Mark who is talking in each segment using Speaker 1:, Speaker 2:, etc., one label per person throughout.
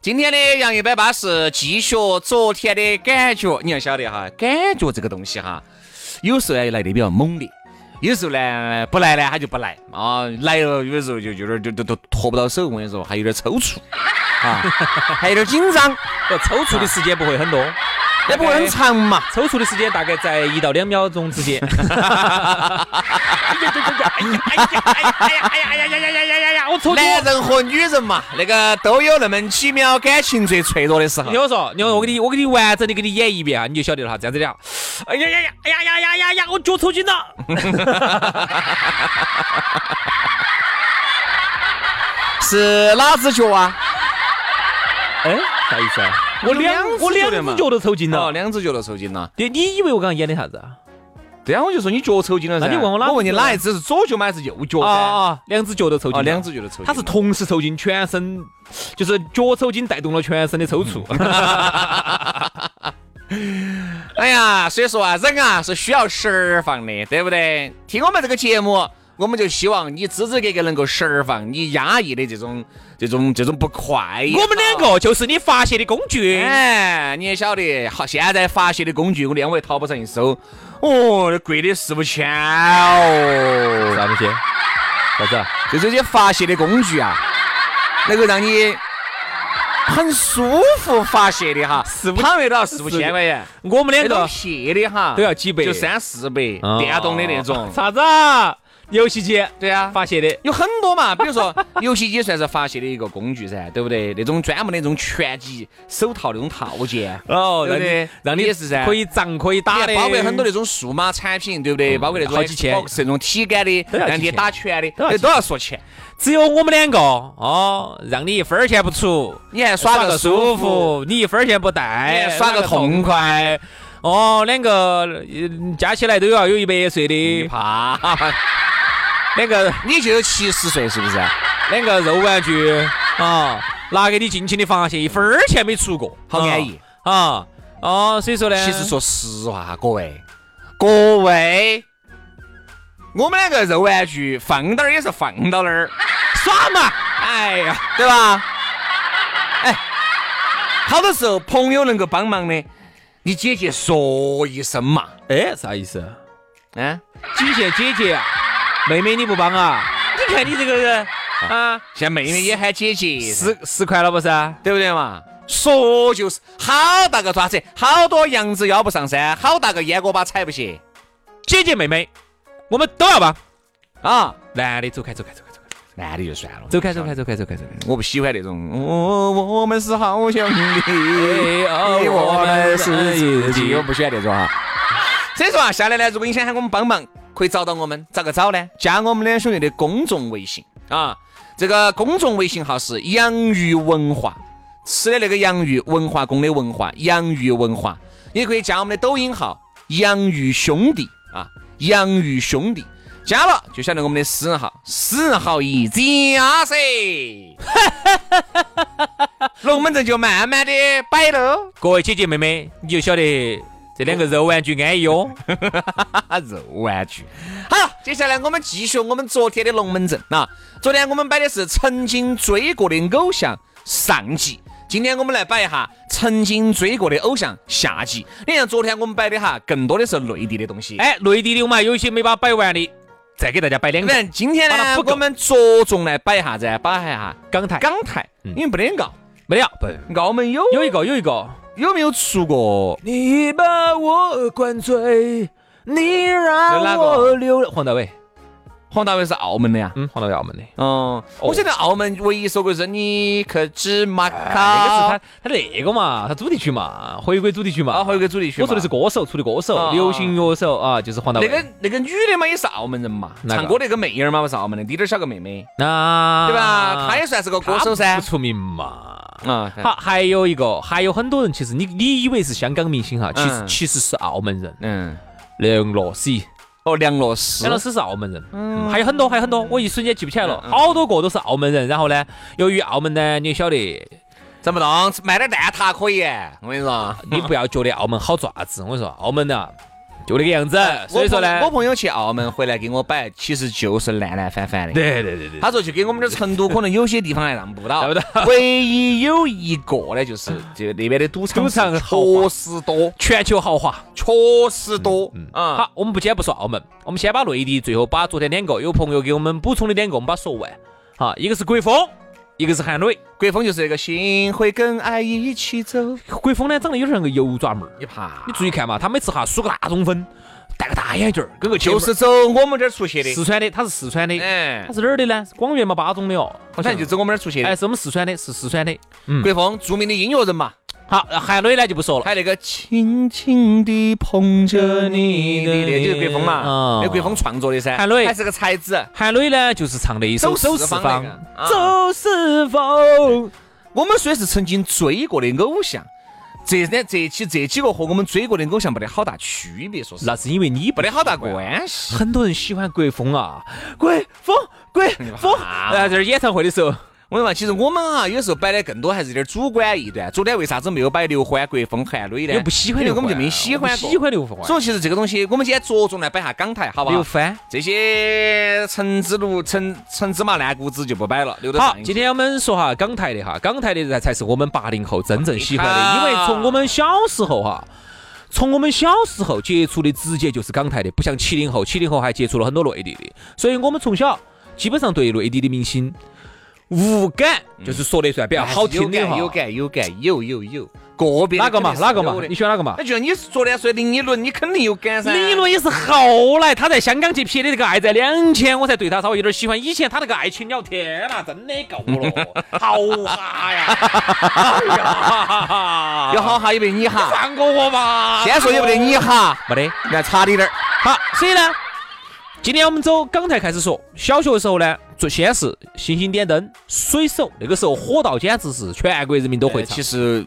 Speaker 1: 今天的洋芋摆巴适，继续昨天的感觉，你要晓得哈，感觉这个东西哈，有时候啊呢来的比较猛烈，有时候呢不来呢它就不来啊，来了有时候就就有点就都都脱不到手，我跟你说，还有点抽搐啊， 还有点紧张，
Speaker 2: 抽搿搐的时间不会很多，
Speaker 1: 也不会很长嘛。
Speaker 2: 抽搐的时间大概在一到两秒钟之 间。
Speaker 1: 男人和女人嘛，那个都有那么几秒感情最脆弱的时候
Speaker 2: 你。听我说，你我给你我给你完整的给你演一遍啊，你就晓得了哈，这样子的啊。哎呀呀呀呀呀呀呀呀！我脚抽筋了。
Speaker 1: 是哪只脚啊？
Speaker 2: 哎，啥意思啊？我两我
Speaker 1: 我两
Speaker 2: 两
Speaker 1: 只脚
Speaker 2: 只脚都抽筋
Speaker 1: 哦，
Speaker 2: 了。
Speaker 1: 两只脚都抽筋了。
Speaker 2: 你你以为我刚刚演的啥子啊？
Speaker 1: 对啊，我就说你脚抽筋了噻。
Speaker 2: 那你问我哪
Speaker 1: 我问你
Speaker 2: 只脚啊
Speaker 1: 哪一只是左脚吗？还是右脚噻？
Speaker 2: 啊啊！两只脚都抽筋
Speaker 1: 哦，
Speaker 2: 了。
Speaker 1: 两只脚都抽筋。
Speaker 2: 他是同时抽筋，全身就是脚抽筋带动了全身的抽搐。
Speaker 1: 嗯哎呀，所以说啊，人啊是需要释放的，对不对？听我们这个节目，我们就希望你支支格格能够释放你压抑的这种、这种、这种不快也 好。
Speaker 2: 我们两个就是你发泄的工具。
Speaker 1: 哎，你也晓得，好，现在发泄的工具，我两位淘宝上一搜，哦，那贵的四五千哦。
Speaker 2: 东西？啥子啊？
Speaker 1: 就这些发泄的工具啊，能够让你很舒服发泄的哈，
Speaker 2: 四五
Speaker 1: 躺位都要四五千块钱。
Speaker 2: 我们两
Speaker 1: 那种
Speaker 2: 个
Speaker 1: 撇的哈，
Speaker 2: 都要几百
Speaker 1: 就三四百，
Speaker 2: 哦
Speaker 1: 电动的那种。
Speaker 2: 啥子啊？游戏机
Speaker 1: 对啊，
Speaker 2: 发泄的。
Speaker 1: 有很多嘛，比如说 游戏机算是发泄的一个工具噻，对不对？那种专门的那种拳击手套那种套件，
Speaker 2: 哦让
Speaker 1: 对不对
Speaker 2: 你让你
Speaker 1: 也是噻
Speaker 2: 可以长可以打
Speaker 1: 也
Speaker 2: 的，嗯
Speaker 1: 包括很多那种数码产品，对不对？包括那种
Speaker 2: 好几千
Speaker 1: Xbox 那种体感的，
Speaker 2: 要几
Speaker 1: 让你
Speaker 2: 千
Speaker 1: 打拳的，
Speaker 2: 都要
Speaker 1: 那
Speaker 2: 几
Speaker 1: 都要说钱。
Speaker 2: 只有我们两个哦，让你一分儿钱不出，
Speaker 1: 你还
Speaker 2: 耍
Speaker 1: 耍个
Speaker 2: 舒
Speaker 1: 舒服，，
Speaker 2: 你一分儿钱不带
Speaker 1: 哎，，耍个痛快，
Speaker 2: 哦，两个呃加起来都要有一百岁
Speaker 1: 你
Speaker 2: 的，
Speaker 1: 怕？
Speaker 2: 两个
Speaker 1: 你就有七十岁是不是？
Speaker 2: 两个肉玩具啊，拿给你尽情的发泄，一分儿钱没出过，
Speaker 1: 好安逸
Speaker 2: 啊啊哦，所以说呢，
Speaker 1: 其实说实话，各位，各位，我们两个肉玩具放到那儿也是放到那儿，
Speaker 2: 耍嘛，
Speaker 1: 哎呀，对吧？哎，好多时候朋友能够帮忙的，你姐姐说一声嘛，
Speaker 2: 哎，啥意思？
Speaker 1: 嗯，
Speaker 2: 姐姐姐姐啊，妹妹你不帮啊？你看你这个人啊，
Speaker 1: 像妹妹也喊姐姐，
Speaker 2: 十十块了不是？
Speaker 1: 对不对嘛？说就是好大个爪子，好多羊子咬不上噻，好大个烟锅巴踩不斜
Speaker 2: 姐姐妹妹，我们都要帮。
Speaker 1: 啊！
Speaker 2: 男的走开走开走开走开
Speaker 1: 男的就算了，
Speaker 2: 走开走开走开走开走开。
Speaker 1: 我不喜欢那种，我我们是好兄弟，
Speaker 2: 哦
Speaker 1: 我们是知
Speaker 2: 我们是知
Speaker 1: 己，
Speaker 2: 己
Speaker 1: 哎我不喜欢那种啊哈。所以说啊，下来呢，如果你想喊我们帮忙，可以找到我们，咋个找呢？加我们两兄弟的公众微信啊，这个公众微信号是洋芋文化，吃的那个洋芋，文化宫的文化，洋芋文化，也可以加我们的抖音号洋芋兄弟啊，洋芋兄弟。加了就晓得我们的私人号，私人号一加噻，龙门阵就慢慢的摆喽。
Speaker 2: 各位姐姐妹妹，你就晓得这两个肉玩具安逸哦。
Speaker 1: 啊，肉玩具。好，接下来我们继续我们昨天的龙门阵啊。昨天我们摆的是曾经追过的偶像上集，今天我们来摆一下曾经追过的偶像下集。你像昨天我们摆的哈，更多的是内地的东西。哎，
Speaker 2: 哎，内地的我们还有一些没把摆完的，再给大家摆两
Speaker 1: 不
Speaker 2: 个。
Speaker 1: 然今天
Speaker 2: 把它
Speaker 1: 呢
Speaker 2: 不，够
Speaker 1: 我们着重来摆一下子，摆一下
Speaker 2: 港台
Speaker 1: 港台，
Speaker 2: 嗯
Speaker 1: 因为没得人搞，
Speaker 2: 没了，不
Speaker 1: 澳门有，
Speaker 2: 有一个有一个
Speaker 1: 有没有出过？
Speaker 2: 你把我灌醉，你
Speaker 1: 这哪
Speaker 2: 让
Speaker 1: 个
Speaker 2: 我流泪。黄大炜，
Speaker 1: 黄大炜是澳门的呀。
Speaker 2: 嗯，黄大炜澳门的，
Speaker 1: 嗯，我晓得澳门唯一一首歌是《你可知马卡》，
Speaker 2: 哎那个是他他那个嘛，他主题曲嘛，回归主题曲嘛。
Speaker 1: 啊，还有个主题曲嘛。
Speaker 2: 我说的是歌手，出的歌
Speaker 1: 啊
Speaker 2: 手，流行乐手啊，就是黄大
Speaker 1: 那
Speaker 2: 炜。
Speaker 1: 个那个女的嘛，也是澳门人嘛，
Speaker 2: 哪个
Speaker 1: 唱歌那个妹儿嘛，不是澳门的，滴点儿小个妹妹，
Speaker 2: 啊，
Speaker 1: 对吧？她也算是个歌手噻
Speaker 2: 不。出名嘛。
Speaker 1: 嗯，
Speaker 2: 好，还有一个，还有很多人，其实你你以为是香港明星哈，其实、
Speaker 1: 嗯
Speaker 2: 其实是澳门人，
Speaker 1: 嗯，
Speaker 2: 梁洛施，
Speaker 1: 哦，梁洛施
Speaker 2: 梁，洛施是澳门人，嗯，还有很多，还有很多，我一瞬间记不起来
Speaker 1: 嗯
Speaker 2: 了，好多个都是澳门人。然后呢，由于澳门呢，你也晓得，
Speaker 1: 怎么弄？卖点蛋挞可以，我跟你说。
Speaker 2: 你不要觉得澳门好爪子，我跟你说，澳门呐、就那个样子， 所以说呢
Speaker 1: 哎我朋，我朋友去澳门回来给我摆，其实就是烂烂翻翻的。
Speaker 2: 对对对对，
Speaker 1: 他说就跟我们这儿成都可能有些地方还让不到，
Speaker 2: 让不到
Speaker 1: 唯一有一个呢，就是就那边的赌场，
Speaker 2: 赌场豪华
Speaker 1: 确实多，
Speaker 2: 全球豪华。
Speaker 1: 确实多。
Speaker 2: 嗯
Speaker 1: 啊，
Speaker 2: 好，我们不今天不说澳门，我们先把内地，最后把昨天两个有朋友给我们补充的两个，我们把它说完。好，一个是国风，一个是韩磊。
Speaker 1: 国风就是那个心会跟爱一起走，
Speaker 2: 国风呢，长得有点像个油爪妹儿。
Speaker 1: 你怕
Speaker 2: 你注意看嘛，他每次哈梳个大中分，戴个大眼镜儿，跟个
Speaker 1: 就是走我们这儿出去的，
Speaker 2: 四川的，他是四川的，
Speaker 1: 哎
Speaker 2: 他，是哪儿的呢？是广元嘛巴中的哦，好
Speaker 1: 反正就走我们这儿出去
Speaker 2: 哎，
Speaker 1: 的。嗯
Speaker 2: 是我们四川的，是四川的。
Speaker 1: 国风著名的音乐人嘛，
Speaker 2: 好，韩磊呢就不说了，
Speaker 1: 还有那个轻轻地捧着你的脸，哦就是国风嘛
Speaker 2: 啊，
Speaker 1: 那国风创作的噻，
Speaker 2: 韩磊
Speaker 1: 还是个才子。
Speaker 2: 韩磊呢就是唱的一首《
Speaker 1: 走
Speaker 2: 走四
Speaker 1: 四方
Speaker 2: 方
Speaker 1: 那个啊》，
Speaker 2: 走四方。
Speaker 1: 我们虽然是曾经追过的偶像，这呢这期这几个和我们追过的偶像没得好大区别，说实话，
Speaker 2: 那是因为你不
Speaker 1: 没得好大关系。
Speaker 2: 很多人喜欢国风啊，国风，国风。呃，这是演唱会的时候，
Speaker 1: 我跟你说，其实我们啊，有时候摆的更多还是有点主观臆断。昨天为啥子没有摆刘欢、国风、韩磊呢？
Speaker 2: 又不喜欢
Speaker 1: 因
Speaker 2: 刘
Speaker 1: 为我
Speaker 2: 欢，
Speaker 1: 们就没喜欢
Speaker 2: 我
Speaker 1: 过
Speaker 2: 不喜欢刘欢，
Speaker 1: 所以其实这个东西，我们今天着重来摆下港台，好不
Speaker 2: 刘
Speaker 1: 好？
Speaker 2: 欢。
Speaker 1: 这些橙子路、橙橙芝麻烂谷子就不摆了，留到
Speaker 2: 好
Speaker 1: 上，一期
Speaker 2: 今天我们说哈港台的哈，港台的才才是我们八零后真正喜欢的，因为从我们小时候哈。从我们小时候接触的直接就是港台的，不像七零后，七零后还接触了很多内地的，所以我们从小基本上对内地的明星无感，就是说的算比较好听的哈。
Speaker 1: 嗯有感有感有感有有有，个别的
Speaker 2: 哪个嘛？
Speaker 1: 肯定是
Speaker 2: 哪个嘛
Speaker 1: 有？的
Speaker 2: 你选哪个嘛
Speaker 1: 那？就像你昨天说的林依轮，你肯定有感噻。
Speaker 2: 林依轮也是后来他在香港去拍的这个《爱在两千》，我才对他稍微有点喜欢。以前他那个《爱情鸟》，天呐，真的够了，好哈呀！哎呀，
Speaker 1: 有好哈，也没你哈。
Speaker 2: 放过我吧！
Speaker 1: 先说也不得你哈，
Speaker 2: 没得。
Speaker 1: 那差你点儿。
Speaker 2: 好，所以呢，今天我们走港台开始说。小学的时候呢，最先是《星星点灯》《水手》，那个时候火到简直是全国人民都会唱
Speaker 1: 哎其。实，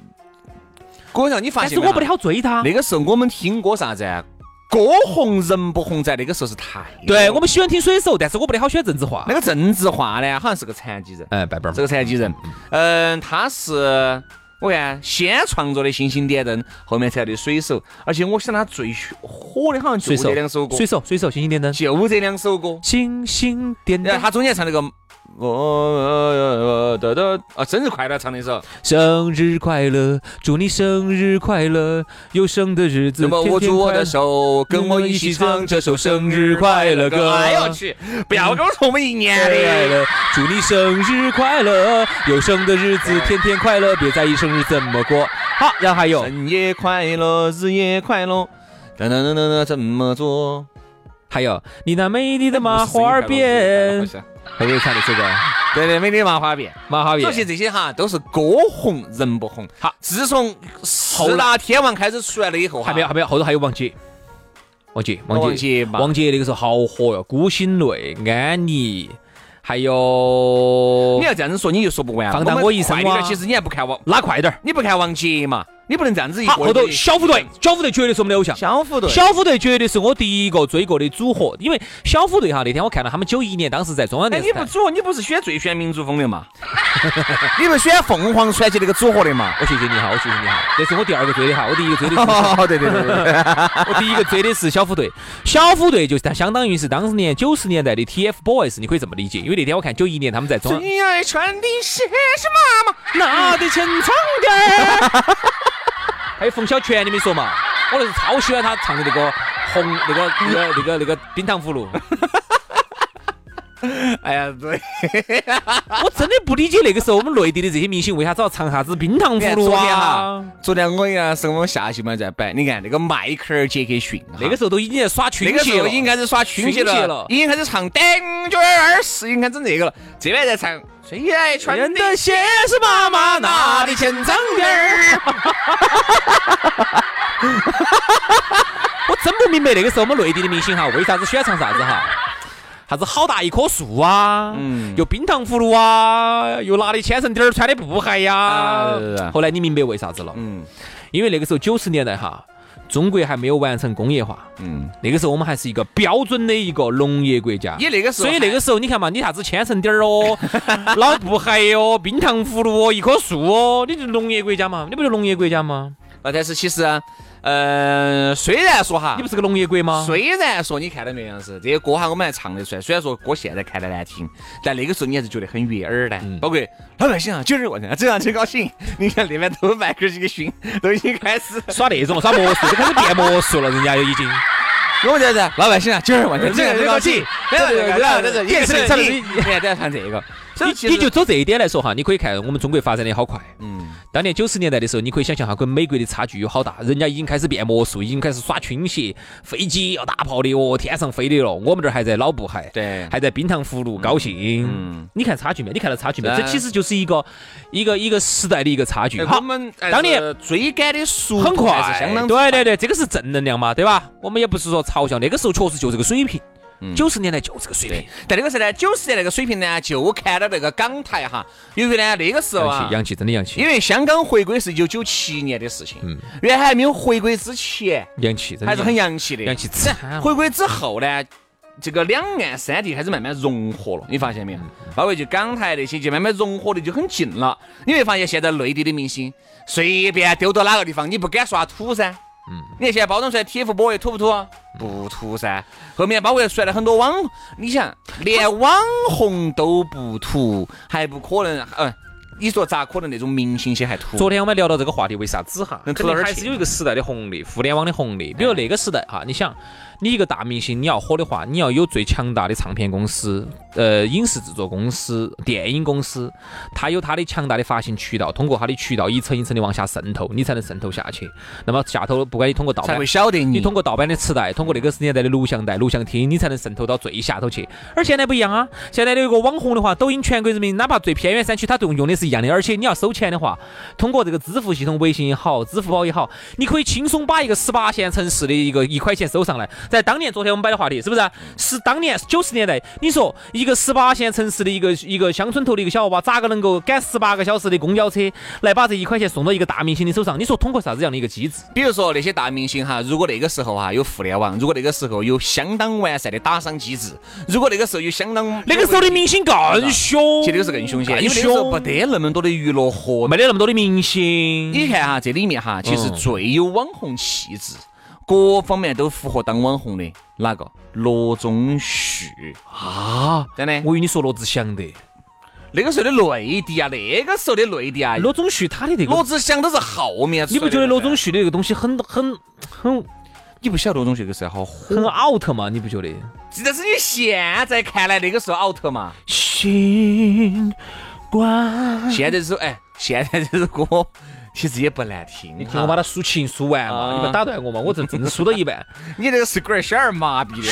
Speaker 1: 哥让你发
Speaker 2: 但
Speaker 1: 现
Speaker 2: 是
Speaker 1: 没啊
Speaker 2: 我
Speaker 1: 哈，
Speaker 2: 不得好追他。
Speaker 1: 那个时候我们听歌啥子啊？歌红人不红，在那个时候是太多了
Speaker 2: 对我们喜欢听《水手》，但是我不得好喜欢郑智化
Speaker 1: 那。个郑智化呢，好像是个残疾人。
Speaker 2: 哎，拜拜儿嘛
Speaker 1: 这。个残疾人，嗯，他是我看先创作的《星星点灯》，后面才有的《水手》，而且我想他最火的好像就
Speaker 2: 水手
Speaker 1: 这两首歌
Speaker 2: 水，手，水手，星星点灯，
Speaker 1: 就这两首歌。
Speaker 2: 星星点
Speaker 1: 然
Speaker 2: 灯
Speaker 1: 后。他中间唱那个我的的啊，生日快乐唱那首，
Speaker 2: 生日快乐，祝你生日快乐，有生的日子
Speaker 1: 那么
Speaker 2: 天
Speaker 1: 握
Speaker 2: 天
Speaker 1: 住我
Speaker 2: 快乐
Speaker 1: 的。手，跟我一起唱这首生日快乐歌。哎呦我去，不要跟我说我们一年
Speaker 2: 快
Speaker 1: 的。
Speaker 2: 乐，祝你生日快乐，有生的日子天天快乐，别在意生日怎么过。好，然后还有
Speaker 1: 生也快乐，日也快乐，噔噔噔噔噔，怎么做？
Speaker 2: 还有，你那美丽的麻花儿辫，还有唱的这个
Speaker 1: 啊对对，美丽麻花辫。
Speaker 2: 麻花
Speaker 1: 首先
Speaker 2: 辫，
Speaker 1: 这些哈都是歌红人不红。
Speaker 2: 好
Speaker 1: 自从四大天王开始出来了以后哈，
Speaker 2: 还没有还没有，后头还有王杰，王杰
Speaker 1: 王
Speaker 2: 王
Speaker 1: 杰
Speaker 2: 杰
Speaker 1: 嘛
Speaker 2: 王杰那个时候好火哟，孤星泪、安妮，还有
Speaker 1: 你要这样子说，你就说不完了。
Speaker 2: 放荡
Speaker 1: 们
Speaker 2: 我一生
Speaker 1: 快点儿
Speaker 2: 哇
Speaker 1: 其实你还不看王，
Speaker 2: 拉快点儿。
Speaker 1: 你不看王杰嘛？你不能这样子一
Speaker 2: 好，
Speaker 1: 个
Speaker 2: 后头小虎队，小虎队绝对是我们的偶像。
Speaker 1: 小虎队，
Speaker 2: 小虎队绝对是我第一个追过的组合，因为小虎队哈，那天我看到他们九一年当时在中央
Speaker 1: 哎，
Speaker 2: 电
Speaker 1: 你
Speaker 2: 视
Speaker 1: 不
Speaker 2: 台，
Speaker 1: 组，你不是选最选民族风 的嘛？你不是选凤凰传奇那个组合的 嘛？
Speaker 2: 我谢谢你哈，我谢谢你哈，这是我第二个追的哈，我第一个追的是，
Speaker 1: 哦，对对对对对，
Speaker 2: 我第一个追的是小虎队，小虎队就是它相当于是当时年九十年代的 TFBOYS，你可以这么理解，因为那天我看九一年他们在中央，
Speaker 1: 你爱穿的鞋是妈妈
Speaker 2: 那的前唱的，还有冯小泉，你没说嘛？我那是超喜欢他唱的那个红那个那个那个那个冰糖葫芦。
Speaker 1: 哎呀，对，
Speaker 2: 我真的不理解那个时候我们内地的这些明星为啥子要唱啥子冰糖
Speaker 1: 你
Speaker 2: 葫
Speaker 1: 看
Speaker 2: 芦
Speaker 1: 昨天
Speaker 2: 啊
Speaker 1: 哈？，昨天我呀是我们下节目在摆，你看那个迈克尔·杰克逊，
Speaker 2: 那个时候都已经在耍
Speaker 1: 那
Speaker 2: 群
Speaker 1: 个时
Speaker 2: 戏
Speaker 1: 候
Speaker 2: 了，
Speaker 1: 已经开始耍曲
Speaker 2: 群
Speaker 1: 了，
Speaker 2: 戏了
Speaker 1: 已经开始唱《单脚儿是》，已经开始那个了。这边在唱《虽然穿的鞋是妈妈拿的前掌边儿》，
Speaker 2: 我真不明白那个时候我们内地的明星哈，为啥子喜欢唱啥子哈？ 啥子好大一棵树啊，
Speaker 1: 嗯
Speaker 2: 又冰糖葫芦啊，又拿的千层底儿穿的布鞋呀、
Speaker 1: 啊对对对
Speaker 2: 后来你明白为啥子了？
Speaker 1: 嗯
Speaker 2: 因为那个时候九十年代哈，中国还没有完成工业化，
Speaker 1: 嗯，
Speaker 2: 那个时候我们还是一个标准的一个农业国家。
Speaker 1: 你那个时
Speaker 2: 所
Speaker 1: 候
Speaker 2: 以
Speaker 1: 还
Speaker 2: 那个时候你看嘛，你啥子千层底儿 哦，老布鞋哦，冰糖葫芦哦，一棵树哦，你就是农业国家嘛，你不就农业国家吗？
Speaker 1: 啊，但是其实，呃，虽然说哈
Speaker 2: 你不，是个农业国吗？
Speaker 1: 虽然说你看到没有，杨是这些歌哈，我们还唱得出来。虽然说歌现在看来难听，但那个时候你还是觉得很悦耳的。
Speaker 2: 嗯
Speaker 1: 包括老百姓啊，今儿我这样真高兴。你看那边都迈克尔·杰克逊都已经开始。
Speaker 2: 耍那种耍魔术，都开始变魔术了，人家就已经。
Speaker 1: 我们这样子，老百姓啊，今儿晚上这个这个气，这个这个这个也是这个，你都要唱这个，
Speaker 2: 你你就走这一点来说哈，你可以看我们中国发展的好快。
Speaker 1: 嗯，
Speaker 2: 当年九十年代的时候，你可以想象哈，跟美国的差距有好大。人家已经开始变魔术，已经开始耍倾斜、飞机要大炮的哦，天上飞的了。我们这儿还在老布鞋，
Speaker 1: 对
Speaker 2: 还在冰糖葫芦高兴。
Speaker 1: 嗯
Speaker 2: 你看差距没？你看到差距没？
Speaker 1: 是啊
Speaker 2: 这其实就是一个一个一个时代的一个差距。
Speaker 1: 哎我
Speaker 2: 好，
Speaker 1: 们
Speaker 2: 当年
Speaker 1: 追赶的速度
Speaker 2: 很
Speaker 1: 还
Speaker 2: 快，
Speaker 1: 是相当
Speaker 2: 对对对，这个是正能量嘛，对吧？我们也不是说嘲笑，那个时候确实就这个水平，
Speaker 1: 嗯
Speaker 2: 九十年代就这个水平
Speaker 1: 对。，但那个时候呢，九十年那个水平呢，就看到那个港台哈，由于呢那个时候
Speaker 2: 洋
Speaker 1: 啊
Speaker 2: 气，，洋气，真的洋气
Speaker 1: 因，为香港回归是一九九七年的事情，原来还没有回归之前
Speaker 2: 洋气，真的
Speaker 1: 还是很洋气的，
Speaker 2: 洋气惨了。
Speaker 1: 回归之后呢，这个两岸三地开始慢慢融合了，你发现没有？包括就港台那些就慢慢融合的就很近了。你会发现现在内地的明星随便丢到哪个地方，你不敢刷土噻。嗯，你看现在包装出来 TFBOY 土不土啊？不土噻。后面包括出来了很多网，你想连网红都不土，还不可能？嗯，你说咋可能那种明星些还土？
Speaker 2: 昨天我们聊到这个话题，为啥子哈？
Speaker 1: 能
Speaker 2: 肯
Speaker 1: 吐到
Speaker 2: 定
Speaker 1: 哪儿
Speaker 2: 还
Speaker 1: 去哎
Speaker 2: 是有一个时代的红利，互联网的红利。比如那个时代哈，你想，你一个大明星，你要火的话，你要有最强大的唱片公司、呃影视制作公司、电影公司，它有它的强大的发行渠道，通过它的渠道一层一层的往下渗透，你才能渗透下去。那么下头不管你通过盗
Speaker 1: 才
Speaker 2: 版
Speaker 1: 会。晓得你。
Speaker 2: 你通过盗版的磁带，通过那个年代的录像带、录像厅，你才能渗透到最下头去。而现在不一样啊，现在的一个网红的话，抖音全国人民，哪怕最偏远山区，它都用的是一样的。而且你要收钱的话，通过这个支付系统，微信也好，支付宝也好，你可以轻松把一个十八线城市的一个一块钱收上来。在当年，昨天我们摆的话题是不是啊？是当年九十年代，你说一个十八线城市的一个一个乡村头的一个小娃娃，咋个能够赶十八个小时的公交车来把这一块钱送到一个大明星的手上？你说通过啥子样的一个机制？
Speaker 1: 比如说那些大明星哈，如果那个时候哈有互联网，如果那个时候有相当完善的打赏机制，如果那个时候有相当
Speaker 2: 那个时候的明星更凶，
Speaker 1: 其实那个是更凶啊险，因为那个时
Speaker 2: 凶，
Speaker 1: 候没得那么多的娱乐活动。
Speaker 2: 没得那么多的明星。
Speaker 1: 你看哈，这里面哈，其实最有网红气质，各方面都符合当网红的哪个？罗中旭
Speaker 2: 啊，
Speaker 1: 真的。
Speaker 2: 我与你说罗志祥的，
Speaker 1: 那个时候的内地啊，那个时候的内地啊，
Speaker 2: 罗中旭他的这个，
Speaker 1: 罗志祥都是后面出
Speaker 2: 你
Speaker 1: 来的。啊
Speaker 2: 不觉得罗中旭的这个东西很很很
Speaker 1: 你不晓得罗中旭那个时候好火？
Speaker 2: 很 out 吗？你不觉得？
Speaker 1: 但是你现在看来，那个时候 out 嘛。
Speaker 2: 星光，
Speaker 1: 现在这首哎，现在这首歌其实也不难听。
Speaker 2: 你听我把它抒情抒完
Speaker 1: 啊
Speaker 2: 嘛，你不打断我嘛，我正正抒到一 半。
Speaker 1: 你这个是龟儿小儿麻痹的，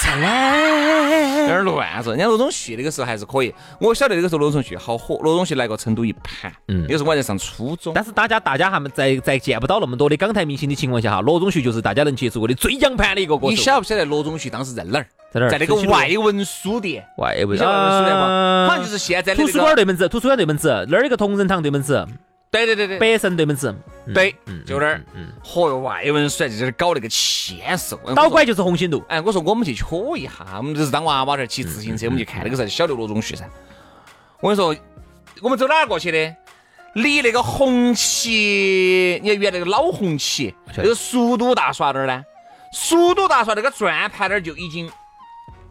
Speaker 2: 灿烂
Speaker 1: 有点乱啊说。人家罗中旭那个时候还是可以，我晓得那个时候罗中旭好火，罗中旭来过成都一盘，嗯，那个时候我还在上初中。
Speaker 2: 但是大家大家还没在在见不到那么多的港台明星的情况下哈，罗中旭就是大家能接触过的最洋盘的一个歌手。
Speaker 1: 你晓不晓得罗中旭当时在哪儿？
Speaker 2: 在哪儿
Speaker 1: 在那个
Speaker 2: 春熙路
Speaker 1: 外文书店。
Speaker 2: 外
Speaker 1: 你
Speaker 2: 文
Speaker 1: 晓得外文书店吗？
Speaker 2: 啊
Speaker 1: 好像就是现在的
Speaker 2: 图
Speaker 1: 那
Speaker 2: 书馆
Speaker 1: 个。
Speaker 2: 对门子，图书馆对门子，那儿有个同仁堂对门子，
Speaker 1: 对对对嗯对
Speaker 2: 百盛对门子，嗯
Speaker 1: 对，就那儿。嚯哟，外文书店在这儿搞那个签售，哎
Speaker 2: 倒拐。就是红星路。
Speaker 1: 哎，我说我们去瞧一下，我们就是当娃娃在骑自行车，我们去看那个啥，就晓得罗中旭噻。我跟你说，我们走哪儿过去的？离那个红旗，你看原来那个老红旗，那个蜀都大厦那儿呢？蜀都大厦那个转盘那儿就已经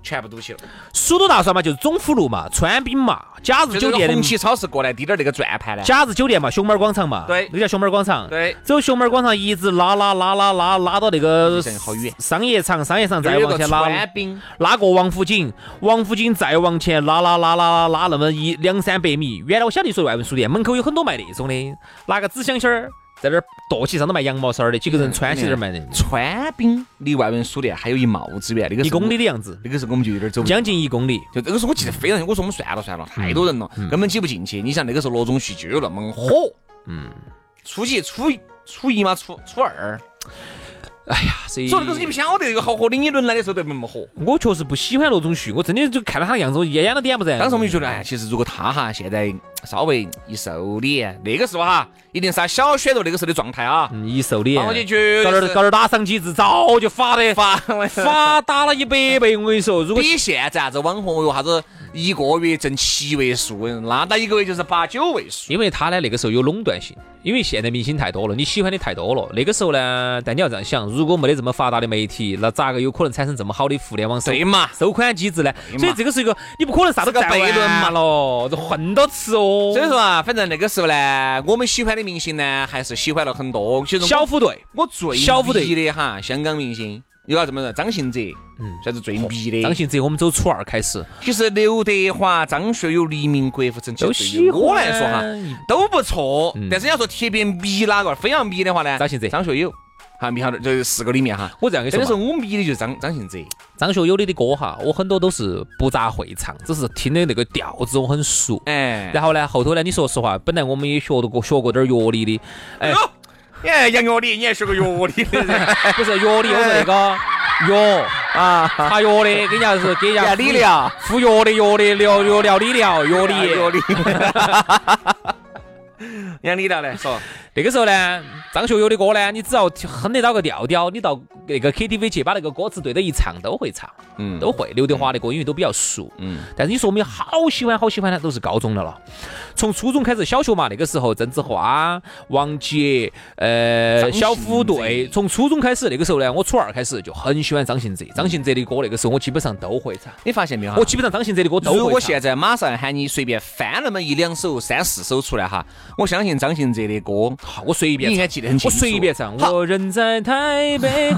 Speaker 1: 全部堵起了。
Speaker 2: 蜀都大厦嘛，就是总府路嘛，川滨嘛，假日
Speaker 1: 就
Speaker 2: 酒
Speaker 1: 那个
Speaker 2: 店
Speaker 1: 红
Speaker 2: 的
Speaker 1: 旗超市过来滴点儿那个转盘呢，
Speaker 2: 假日酒店嘛，熊猫广场嘛，
Speaker 1: 对
Speaker 2: 那叫熊猫广场。
Speaker 1: 对
Speaker 2: 走熊猫广场一直拉拉拉拉拉拉到那个
Speaker 1: 这样好远
Speaker 2: 商业场，商业场
Speaker 1: 这
Speaker 2: 再
Speaker 1: 儿有
Speaker 2: 往
Speaker 1: 个
Speaker 2: 前拉，
Speaker 1: 川兵，
Speaker 2: 拉过王府井，王府井再往前拉拉拉拉拉拉那么一两三百米。原来我晓得说外文书店门口有很多卖那种的，拿个纸箱箱儿在那儿剁起上头卖羊毛衫儿的，几个人穿起在那儿卖的，
Speaker 1: 川兵离外文书店还有一毛之远，那个
Speaker 2: 一
Speaker 1: 是我
Speaker 2: 公里，的样子，
Speaker 1: 那个时候我们就有点走不。
Speaker 2: 将近一公里。
Speaker 1: 就那个时候我记得非常清，我说我们算了算了，太多人了，根本挤不进去。你想那个时候罗中旭就有那么火，
Speaker 2: 嗯，
Speaker 1: 初几初一初一嘛，初初二，
Speaker 2: 所以
Speaker 1: 所以那个时候你不晓得有个好火，林一轮来的时候都没那么火。
Speaker 2: 我确实不喜欢罗中旭，我真的就看到他的样子，我一眼都点不燃。
Speaker 1: 当时我们就觉得，哎，其实如果他哈现在稍微一收敛，那个时候哈，一定是他小选择那个时候的状态啊。
Speaker 2: 嗯，一瘦脸，
Speaker 1: 然后就觉
Speaker 2: 搞
Speaker 1: 得
Speaker 2: 点搞点打赏机制，早就发的
Speaker 1: 发
Speaker 2: 发打了一百倍。我跟你说，如果
Speaker 1: 比现在啥子网红有啥子一个月挣七位数，那他一个月就是八九位数。
Speaker 2: 因为他呢那个时候有垄断性，因为现在明星太多了，你喜欢的太多了。那个时候呢，但你要这样想，如果没得这么发达的媒体，那咋个有可能产生这么好的互联网收
Speaker 1: 对嘛，
Speaker 2: 收款机制呢？
Speaker 1: 对嘛
Speaker 2: 所以这个是一个你不可能啥都
Speaker 1: 是个
Speaker 2: 干
Speaker 1: 悖论嘛
Speaker 2: 了，这混到吃哦。
Speaker 1: 所以说啊，反正那个时候呢，我们喜欢的明星呢，还是喜欢了很多。其实我
Speaker 2: 小虎队，
Speaker 1: 我最
Speaker 2: 小虎队
Speaker 1: 迷的哈，香港明星有啊这么说，张信哲，嗯，算是最迷的。
Speaker 2: 哦张信哲，我们走初二开始
Speaker 1: 其实刘德华、张学友、黎明、郭富城，其
Speaker 2: 都
Speaker 1: 实对
Speaker 2: 喜
Speaker 1: 于
Speaker 2: 欢。嗯
Speaker 1: 我来说哈，都不错。但是你要说特别迷哪个，非要迷的话呢，
Speaker 2: 张信哲
Speaker 1: 张学友，哈，迷好多，这四个里面哈。
Speaker 2: 我这样跟
Speaker 1: 真
Speaker 2: 你
Speaker 1: 的是
Speaker 2: 说嘛，
Speaker 1: 我迷的就是张张信哲，
Speaker 2: 张学友的的歌哈，我很多都是不咋会唱，只是听的那个调子我很熟。
Speaker 1: 哎，
Speaker 2: 然后呢，后头呢，你说实话，本来我们也学得过学过点儿乐理的，哎，
Speaker 1: 哎，杨药理，你还学 个药理的人
Speaker 2: 不是药理，我说那个药
Speaker 1: 啊？
Speaker 2: 擦药的，给人家是给人家
Speaker 1: 哎呀，理哎疗，
Speaker 2: 敷药的药的疗药疗理疗药理。
Speaker 1: 药理， 杨理疗来说，
Speaker 2: 那个时候呢，张学友的歌呢，你只要哼得到个调调，你到那个 KTV 去把那个歌词对着一唱都会唱，
Speaker 1: 嗯
Speaker 2: 都会。刘德华的歌因为都比较熟，
Speaker 1: 嗯，
Speaker 2: 但是你说我们好喜欢好喜欢的都是高中的了，从初中开始，小学嘛，那个时候郑智化、王杰、呃
Speaker 1: 张信
Speaker 2: 小虎队，
Speaker 1: 哲
Speaker 2: 从初中开始，那个时候呢，我初二开始就很喜欢张信哲，张信哲的歌那个时候我基本上都会唱，
Speaker 1: 你发现没有哈？
Speaker 2: 我基本上张信哲的歌都
Speaker 1: 啊如
Speaker 2: 会
Speaker 1: 果
Speaker 2: 唱。
Speaker 1: 现在马上喊你随便翻那么一两首、三四首出来哈，我相信张信哲的歌，
Speaker 2: 好我随
Speaker 1: 你应
Speaker 2: 便唱，
Speaker 1: 该记得很清
Speaker 2: 我
Speaker 1: 楚。
Speaker 2: 随便唱，
Speaker 1: 好，
Speaker 2: 我人在台北。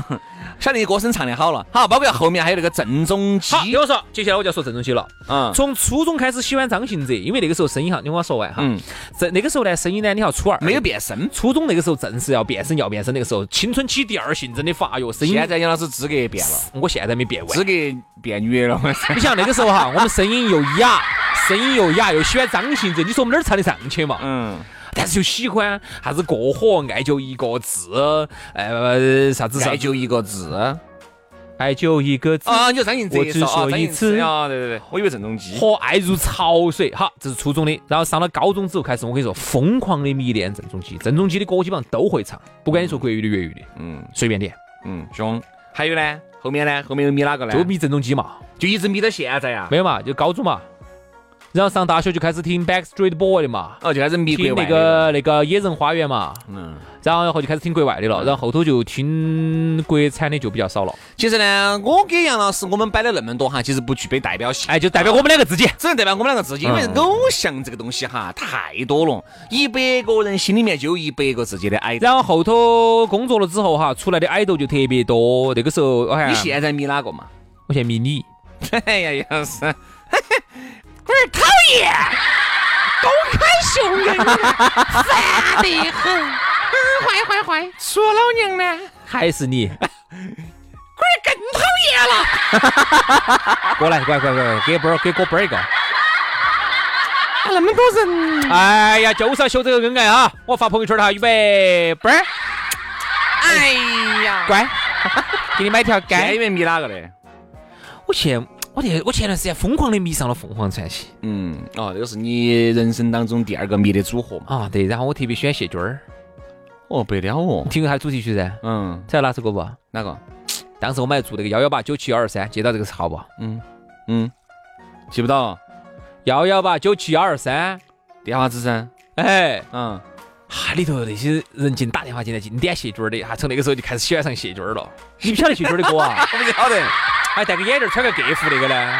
Speaker 1: 晓得你歌声唱得好了。好，包括后面还有那个郑中基
Speaker 2: 好，，听我说，接下来我就要说郑中基了。
Speaker 1: 嗯
Speaker 2: 从初中开始喜欢张信哲，因为那个时候声音哈，你听我说完哈。
Speaker 1: 嗯
Speaker 2: 这那个时候呢，声音呢，你要初二
Speaker 1: 没有。变声。
Speaker 2: 初中那个时候正是要变声要变声，那个时候青春期第二性征的发育，声音
Speaker 1: 现在杨老师资格变了，
Speaker 2: 我现在没变
Speaker 1: 资
Speaker 2: 完。
Speaker 1: 格变女的了。
Speaker 2: 你想那个时候哈，我们声音又 哑，声音又哑，又喜欢张信哲，你说我们哪儿唱得上去嘛？
Speaker 1: 嗯，
Speaker 2: 但是又喜欢啥子过火，爱就一个字，呃，啥子啥子
Speaker 1: 爱就一个字
Speaker 2: 爱就一个字，
Speaker 1: 啊！你说张信
Speaker 2: 嗯
Speaker 1: 哲
Speaker 2: 我只
Speaker 1: 是吧
Speaker 2: 说
Speaker 1: 啊张
Speaker 2: 一
Speaker 1: 信哲
Speaker 2: 次
Speaker 1: 啊，对对对，我以为郑中基。
Speaker 2: 和爱如潮水。好，这是初中的，然后上了高中之后开始，我跟你说，疯狂的迷恋郑中基，郑中基的歌基本上都会唱，不管你说国语的、粤语的，
Speaker 1: 嗯
Speaker 2: 随便点，
Speaker 1: 嗯，凶。还有呢，后面呢，后面又迷哪个呢？
Speaker 2: 就迷郑中基嘛，
Speaker 1: 就一直迷到现在呀。
Speaker 2: 没有嘛，就高中嘛，然后上大学就开始听 Backstreet Boy 的嘛。
Speaker 1: 哦，就开始迷国
Speaker 2: 听
Speaker 1: 外
Speaker 2: 那
Speaker 1: 的了。
Speaker 2: 个那个野人花园嘛，
Speaker 1: 嗯。
Speaker 2: 然后后就开始听国外的了，然后后头就听国产的就比较少了。
Speaker 1: 其实呢，我给杨老师我们摆了那么多哈，其实不具备代表性。
Speaker 2: 哎，就代表我们两个自己。
Speaker 1: 只能代表我们两个自己，因为偶像这个东西哈太多了，一百个人心里面就有一百个自己的 idol。
Speaker 2: 然后后头工作了之后哈，出来的爱豆就特别多。那个时候，我看
Speaker 1: 你现在迷哪个嘛？
Speaker 2: 我现在迷你，
Speaker 1: 哎呀，杨老师，
Speaker 3: 熊人啊，烦得很，啊，坏坏坏，
Speaker 1: 说老娘呢，
Speaker 2: 还是你？
Speaker 3: 更讨厌了。
Speaker 2: 过来，过来，过来，过来，给波儿，给哥波儿一个。
Speaker 3: 啊那么多人
Speaker 2: 哎呀，就是要秀这个恩爱啊！我发朋友圈了哈，预备，波儿，
Speaker 3: 哎呀，
Speaker 2: 乖， 给你买条
Speaker 1: 该
Speaker 2: 街
Speaker 1: 里。面迷哪个的？
Speaker 2: 我前，我前，我前段时间疯狂的迷上了凤凰传奇
Speaker 1: 嗯，哦，这个是你人生当中第二个迷的组合嘛？
Speaker 2: 啊，对，然后我特别喜欢谢军儿，
Speaker 1: 哦，不得了哦。
Speaker 2: 听过他的主题曲噻，
Speaker 1: 嗯，
Speaker 2: 知道哪首歌不？
Speaker 1: 哪个？
Speaker 2: 当时我们还做那个幺幺八九七幺二三，接到这个号不？
Speaker 1: 嗯嗯，记不到，
Speaker 2: 幺幺八九七幺二三，
Speaker 1: 电话之声。
Speaker 2: 哎，
Speaker 1: 嗯，
Speaker 2: 哈里头那些人进打电 话进来，经典谢军儿的，哈，从那个时候就开始喜欢上谢军儿了。你不晓得谢军儿的歌啊？
Speaker 1: 我不晓得。
Speaker 2: 还戴个眼镜，穿个格服那个呢？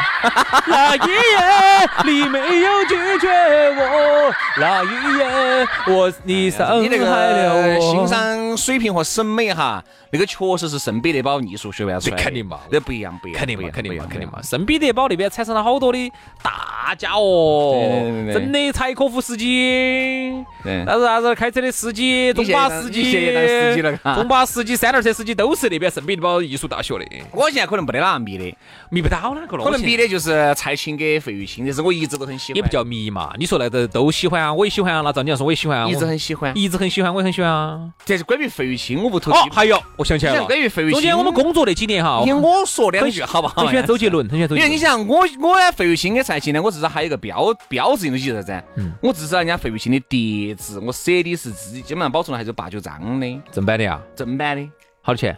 Speaker 2: 那一夜你没有拒绝我，那一夜我哎你伤害
Speaker 1: 你那
Speaker 2: 了
Speaker 1: 个
Speaker 2: 嗯我。
Speaker 1: 欣赏水平和审美哈，那个确实是圣彼得堡艺术学院出来的，
Speaker 2: 这肯定嘛
Speaker 1: 那不一样，不一样，
Speaker 2: 肯定嘛，
Speaker 1: 不一样
Speaker 2: 肯定嘛，
Speaker 1: 不一样
Speaker 2: 肯定嘛！
Speaker 1: 不一样
Speaker 2: 圣彼得堡那边产生了好多的大家哦
Speaker 1: 对对对，对
Speaker 2: 真的柴可夫斯基，
Speaker 1: 对
Speaker 2: 啥子啥子开车的司机，中巴司
Speaker 1: 你现在当你
Speaker 2: 机
Speaker 1: 现在当司机了嘎，
Speaker 2: 中巴司机、三轮车司机都是那边圣彼得堡艺术大学的，
Speaker 1: 我现在可能没得哪迷的，
Speaker 2: 迷不到哪个了。
Speaker 1: 可能
Speaker 2: 迷
Speaker 1: 比的就是蔡琴跟费玉清，这是我一直都很喜欢，
Speaker 2: 也不叫迷嘛。你说那个都喜欢啊，我也喜欢啊。那照你要说我也喜欢啊，
Speaker 1: 一直
Speaker 2: 我
Speaker 1: 很喜欢。
Speaker 2: 一直很喜欢，我也很喜欢啊。
Speaker 1: 但是关于费玉清，我不投
Speaker 2: 哦
Speaker 1: 机，。
Speaker 2: 还有，我想起来
Speaker 1: 你
Speaker 2: 了
Speaker 1: 看，关于费玉清，
Speaker 2: 中间我们工作那几年哈，
Speaker 1: 你
Speaker 2: 很
Speaker 1: 听我说两句好不好？
Speaker 2: 很喜欢周杰伦，很喜欢周
Speaker 1: 因
Speaker 2: 杰
Speaker 1: 为你
Speaker 2: 伦。
Speaker 1: 想，我我呢，费玉清跟蔡琴呢，我至少还有一个标标志性的东西啥子啊？
Speaker 2: 嗯
Speaker 1: 我至少人家费玉清的碟子，我舍的是自己基本上保存了还是八九张的
Speaker 2: 正版的呀，
Speaker 1: 正版的。
Speaker 2: 好多钱？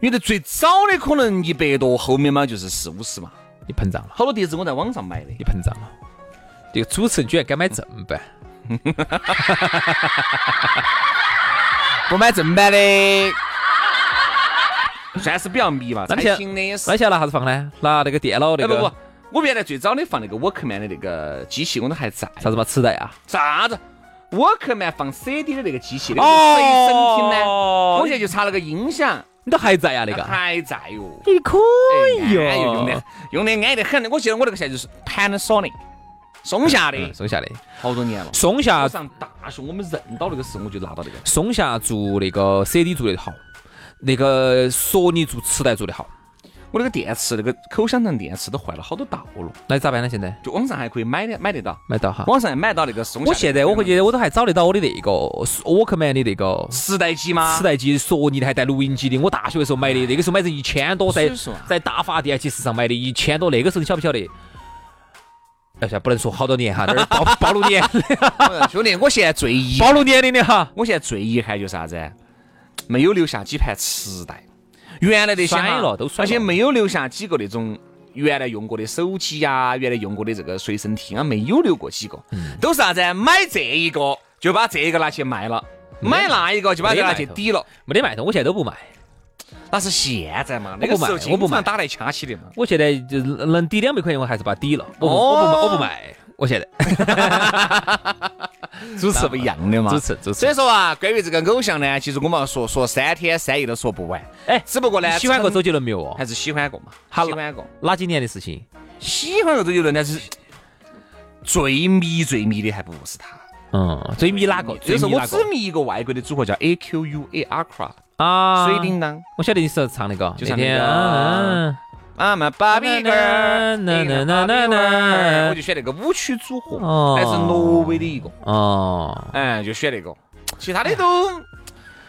Speaker 1: 因为最早的可能一百多，后面嘛就是四五十嘛。
Speaker 2: 你膨胀了。
Speaker 1: 好多碟子我在网上买的，
Speaker 2: 你膨胀了。啊这个主持人居然敢买正版，
Speaker 1: 我买正版的，算是比较迷吧。
Speaker 2: 那你
Speaker 1: 蔡
Speaker 2: 现
Speaker 1: 琴的也是
Speaker 2: 那。现在拿啥子放呢？拿那个电脑那
Speaker 1: 哎不
Speaker 2: 个
Speaker 1: 不，我原来最早的放那个 Walkman 的那个机器，我都还在。
Speaker 2: 啥子嘛磁带啊？
Speaker 1: 啥子？Walkman 放 CD 的那个机器，那个随身听呢？我现在就插了个音响，
Speaker 2: 你都还在啊呀、那个？
Speaker 1: 还在哟。
Speaker 2: 你可
Speaker 1: 哎呦，用的用的安得很。我记得我那个现在就是 Panasonic，松下的，
Speaker 2: 嗯松下的，
Speaker 1: 嗯好多年了。
Speaker 2: 松下
Speaker 1: 我上大学，我们认到那个时候，我就拿到那个。
Speaker 2: 松下做那个 CD 做的好，那个索尼做磁带做的好，
Speaker 1: 我那个电池，那个口香糖电池都坏了好多道了，
Speaker 2: 那你咋办呢？现在
Speaker 1: 就网上还可以买的买得到，
Speaker 2: 买到哈？
Speaker 1: 网上还买到那个松下的。
Speaker 2: 我现在我会觉得我都还找得到我的那个 Walkman 的那个
Speaker 1: 磁带机吗？
Speaker 2: 磁带机，索尼的还带录音机的。我大学的时候买的，那个时候买成一千多，在
Speaker 1: 啊是是啊吧
Speaker 2: 在大发电器市场买的，一千多。那个时候你晓不晓得？哎，算了不能说好多 年哈，这儿暴暴露年
Speaker 1: 兄弟，我现在最遗
Speaker 2: 暴露年龄的哈。
Speaker 1: 我现在最遗憾就是啥子？没有留下几盘磁带，原来那些哈
Speaker 2: 摔了都摔了
Speaker 1: 而且没有留下几个那种原来用过的手机呀、原来用过的这个随身听啊，没有留过几个，都是啥子？买这一个就把这一个拿去卖了，买那一个就把这个拿去抵了。
Speaker 2: 没得卖头，我现在都不卖。
Speaker 1: 那是现在嘛，
Speaker 2: 我
Speaker 1: 那
Speaker 2: 不
Speaker 1: 个
Speaker 2: 卖
Speaker 1: 时候
Speaker 2: 我
Speaker 1: 经
Speaker 2: 不卖
Speaker 1: 常打来掐起的嘛。
Speaker 2: 我现在就能抵两百块钱，我还是把它抵了。我不、
Speaker 1: 哦
Speaker 2: 我不卖，我不卖。我现在主持
Speaker 1: 那不一样的嘛
Speaker 2: 主持主
Speaker 1: 所
Speaker 2: 持
Speaker 1: 以。说啊，关于这个偶像呢，其实我们要说说三天三夜都说不完。
Speaker 2: 哎
Speaker 1: 只不过呢，
Speaker 2: 喜欢过
Speaker 1: 成
Speaker 2: 周杰伦没有哦
Speaker 1: 还？是喜欢过嘛，
Speaker 2: 好
Speaker 1: 喜欢过。
Speaker 2: 哪几年的事情？
Speaker 1: 喜欢过周杰伦，但是最迷最迷的还不是他。
Speaker 2: 嗯，最迷哪个？
Speaker 1: 就
Speaker 2: 最
Speaker 1: 是
Speaker 2: 迷
Speaker 1: 我
Speaker 2: 哪
Speaker 1: 只
Speaker 2: 个？
Speaker 1: 迷一个外国的组合叫 A Q U A Aqua，
Speaker 2: 啊，
Speaker 1: 水叮当。
Speaker 2: 我晓得你是要唱那个，
Speaker 1: 就
Speaker 2: 那
Speaker 1: 唱那
Speaker 2: 天
Speaker 1: 个
Speaker 2: 啊
Speaker 1: I'm a Barbie girl，
Speaker 2: na na na na na na
Speaker 1: 我就选那个舞曲组合，
Speaker 2: 哦
Speaker 1: 还是挪威的一个，
Speaker 2: 哦。
Speaker 1: 哎，就选那个，其他的都哎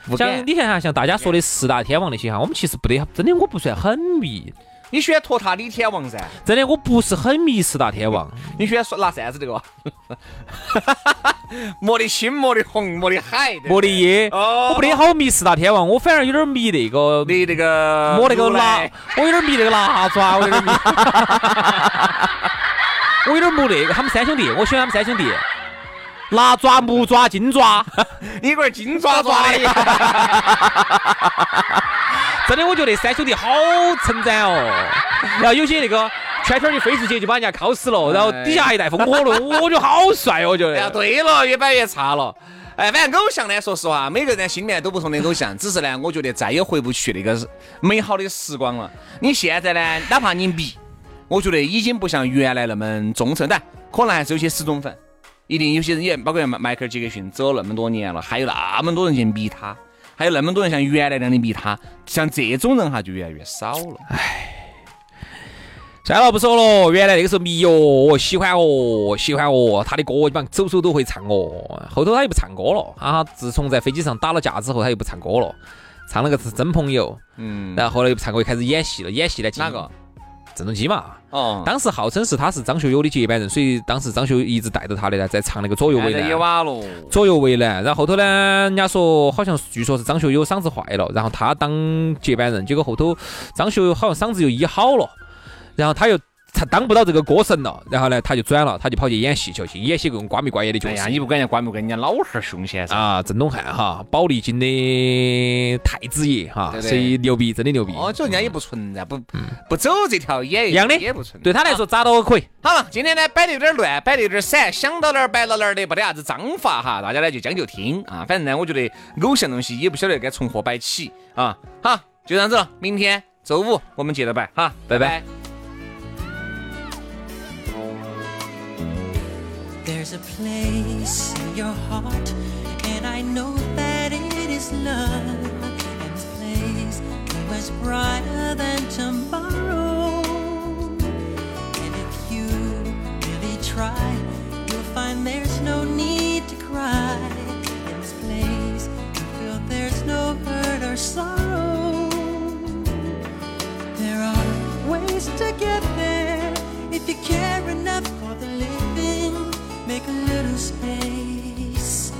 Speaker 1: 不
Speaker 2: 像
Speaker 1: 敢。
Speaker 2: 你看哈，像大家说的四大天王那些哈，我们其实不得，真的我不算很迷，
Speaker 1: 你喜欢托塔李天王噻？
Speaker 2: 真的我不是很迷四大天 王。
Speaker 1: 你喜欢说拿扇子这个？ 没得心，没得红，没得海，
Speaker 2: 莫莉耶，
Speaker 1: 哦
Speaker 2: 我不得好迷四大天王，我反而有点迷那个，
Speaker 1: 你那个
Speaker 2: 我那个
Speaker 1: 如
Speaker 2: 哪
Speaker 1: 来，
Speaker 2: 我有点迷那个哪吒，我有点迷， 我有点迷那个他们三兄弟，我喜欢他们三兄弟，哪吒、木吒、金啊爪，
Speaker 1: 你龟儿金爪爪的。
Speaker 2: 真的我觉得三兄弟好称赞哦。然后有些那个圈圈一飞出去就把人家敲死了，然后底下还带风火轮，我觉得好帅哦，我觉
Speaker 1: 哎
Speaker 2: 得
Speaker 1: 呀，。对了，越摆越差了。哎，反正偶像呢，说实话，每个人心里面都不同的偶像，只是呢，我觉得再也回不去那个美好的时光了。你现在呢，哪怕你迷，我觉得已经不像原来那么忠诚，但可能还是有些死忠粉。一定有些人也包括迈迈克尔·杰克逊走了那么多年了，还有那么多人去迷他，还有那么多人像原来那样的迷他，像这种人哈就越来越少了。
Speaker 2: 算了，不说了。原来那个时候迷哦，喜欢哦，喜欢哦，他的歌基本上首首都会唱哦。后头他又不唱歌了，啊，自从在飞机上打了架之后，他又不唱歌了，唱了个是真朋友。
Speaker 1: 嗯，
Speaker 2: 然后后来又不唱歌，又开始演戏了，演戏呢，
Speaker 1: 哪个？
Speaker 2: 郑中基嘛。
Speaker 1: 哦，
Speaker 2: 当时号称是他是张学友的接班人，所以当时张学友一直带着他的呢，在唱那个左右为
Speaker 1: 现在也
Speaker 2: 难。
Speaker 1: 晚了。
Speaker 2: 左右为难，然后后头呢，人家说好像是据说是张学友嗓子坏了，然后他当接班人，结果后头张学友好像嗓子又医好了，然后他又他当不到这个歌神了，然后呢，他就转了，他就跑去演戏去了，去演些各种瓜米瓜眼的角
Speaker 1: 哎
Speaker 2: 色
Speaker 1: 呀，。你不管人家瓜没管人家老汉儿凶险噻。
Speaker 2: 啊，郑东汉哈，宝丽金的太子爷哈，
Speaker 1: 对不对
Speaker 2: 所以牛逼，真的牛逼。
Speaker 1: 哦，就人家也不存在，不不走这条也
Speaker 2: 嗯一样的
Speaker 1: 也不存在。
Speaker 2: 对
Speaker 1: 啊
Speaker 2: 他来说咋都可以。
Speaker 1: 好了，今天呢摆的有点乱，摆的有点散，想到哪儿摆到哪儿的，没得啥子章法哈，大家呢就将就听啊。反正呢，我觉得偶像东西也不晓得该从何摆起啊。好，就这样子了，明天周五我们接着摆哈，拜拜
Speaker 4: There's a place in your heart, and I know that it is love. And this place is much brighter than tomorrow. And if you really try, you'll find there's no need to cry. In this place, you feel there's no hurt or sorrow. There are ways to get there if you care enough for the living. Make a little space,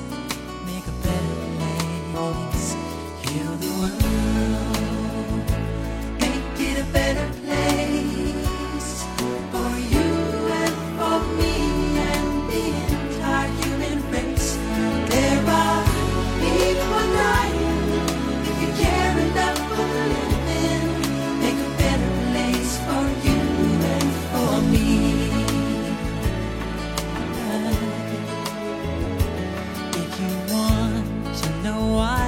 Speaker 4: make a better place. Heal the world, make it a better place for you and for me and the entire human race. There are people dying. If you care enough for the living, make a better place for you and for me. If you want to know why,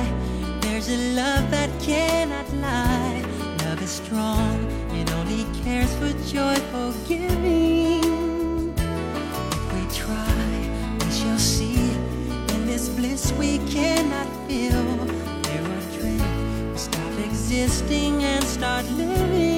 Speaker 4: there's a love that cannot lie. Love is strong, it only cares for joyful giving. If we try, we shall see. In this bliss we cannot feel. There are dreams. Stop existing and start living.